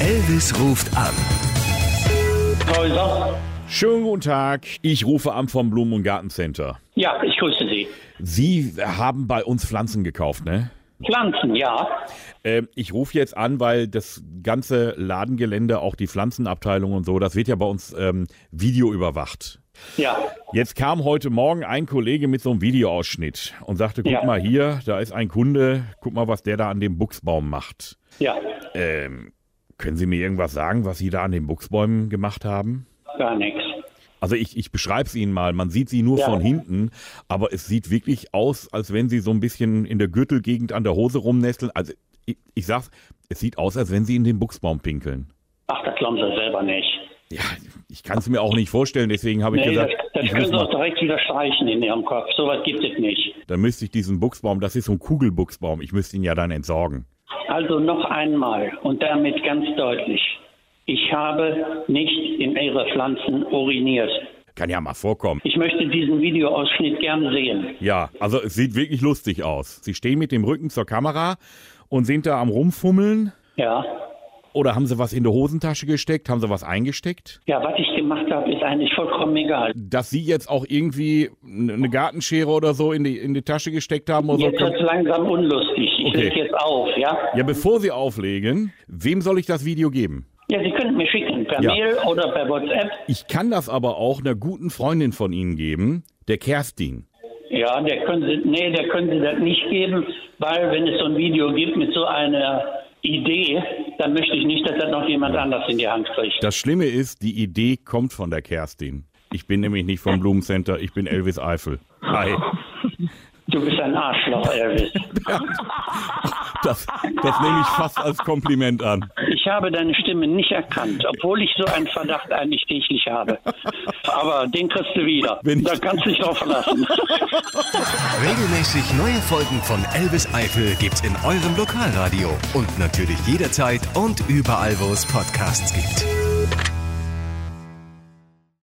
Elvis ruft an. Häuser. Schönen guten Tag. Ich rufe an vom Blumen- und Gartencenter. Ja, ich grüße Sie. Sie haben bei uns Pflanzen gekauft, ne? Pflanzen, ja. Ähm, ich rufe jetzt an, weil das ganze Ladengelände, auch die Pflanzenabteilung und so, das wird ja bei uns ähm, Video überwacht. Ja, Jetzt kam heute Morgen ein Kollege mit so einem Videoausschnitt und sagte, guck Ja. mal hier, da ist ein Kunde, guck mal, was der da an dem Buchsbaum macht. ja, Ähm, können Sie mir irgendwas sagen, was Sie da an den Buchsbäumen gemacht haben? gar nichts. Also ich, ich beschreibe es Ihnen mal. Man sieht sie nur Ja. von hinten, aber es sieht wirklich aus, als wenn sie so ein bisschen in der Gürtelgegend an der Hose rumnesteln. Also ich, ich sag's, es sieht aus, als wenn sie in den Buchsbaum pinkeln. Ach, das glauben Sie selber nicht. Ja, ich kann es mir auch nicht vorstellen, deswegen habe ich Nee, das, gesagt, das ich können muss Sie auch mal, direkt wieder streichen in Ihrem Kopf. Sowas gibt es nicht. dann müsste ich diesen Buchsbaum, das ist so ein Kugelbuchsbaum, ich müsste ihn ja dann entsorgen. Also noch einmal und damit ganz deutlich. Ich habe nicht in Ihre Pflanzen uriniert. Kann ja mal vorkommen. Ich möchte diesen Videoausschnitt gern sehen. Ja, also es sieht wirklich lustig aus. Sie stehen mit dem Rücken zur Kamera und sind da am rumfummeln. Ja. Oder haben sie was in die Hosentasche gesteckt? Haben sie was eingesteckt? Ja, was ich gemacht habe, ist eigentlich vollkommen egal. dass sie jetzt auch irgendwie eine Gartenschere oder so in die, in die Tasche gesteckt haben oder Jetzt so. wird es langsam unlustig. Ich Okay. leg jetzt auf, ja? Ja, bevor sie auflegen, wem soll ich das Video geben? Ja, Sie können mir schicken, per Ja. Mail oder per WhatsApp. Ich kann das aber auch einer guten Freundin von Ihnen geben, der Kerstin. Ja, der können Sie, nee, der können Sie das nicht geben, weil wenn es so ein Video gibt mit so einer Idee, dann möchte ich nicht, dass das noch jemand anders in die Hand kriegt. Das Schlimme ist, die Idee kommt von der Kerstin. Ich bin nämlich nicht vom Blumencenter, ich bin Elvis Eifel. Hi. Du bist ein Arschloch, Elvis. Das, das nehme ich fast als Kompliment an. Ich habe deine Stimme nicht erkannt, obwohl ich so einen Verdacht eigentlich täglich habe. Aber den kriegst du wieder. Wenn ich- Da kannst du dich drauf verlassen. Regelmäßig neue Folgen von Elvis Eifel gibt's in eurem Lokalradio und natürlich jederzeit und überall, wo es Podcasts gibt.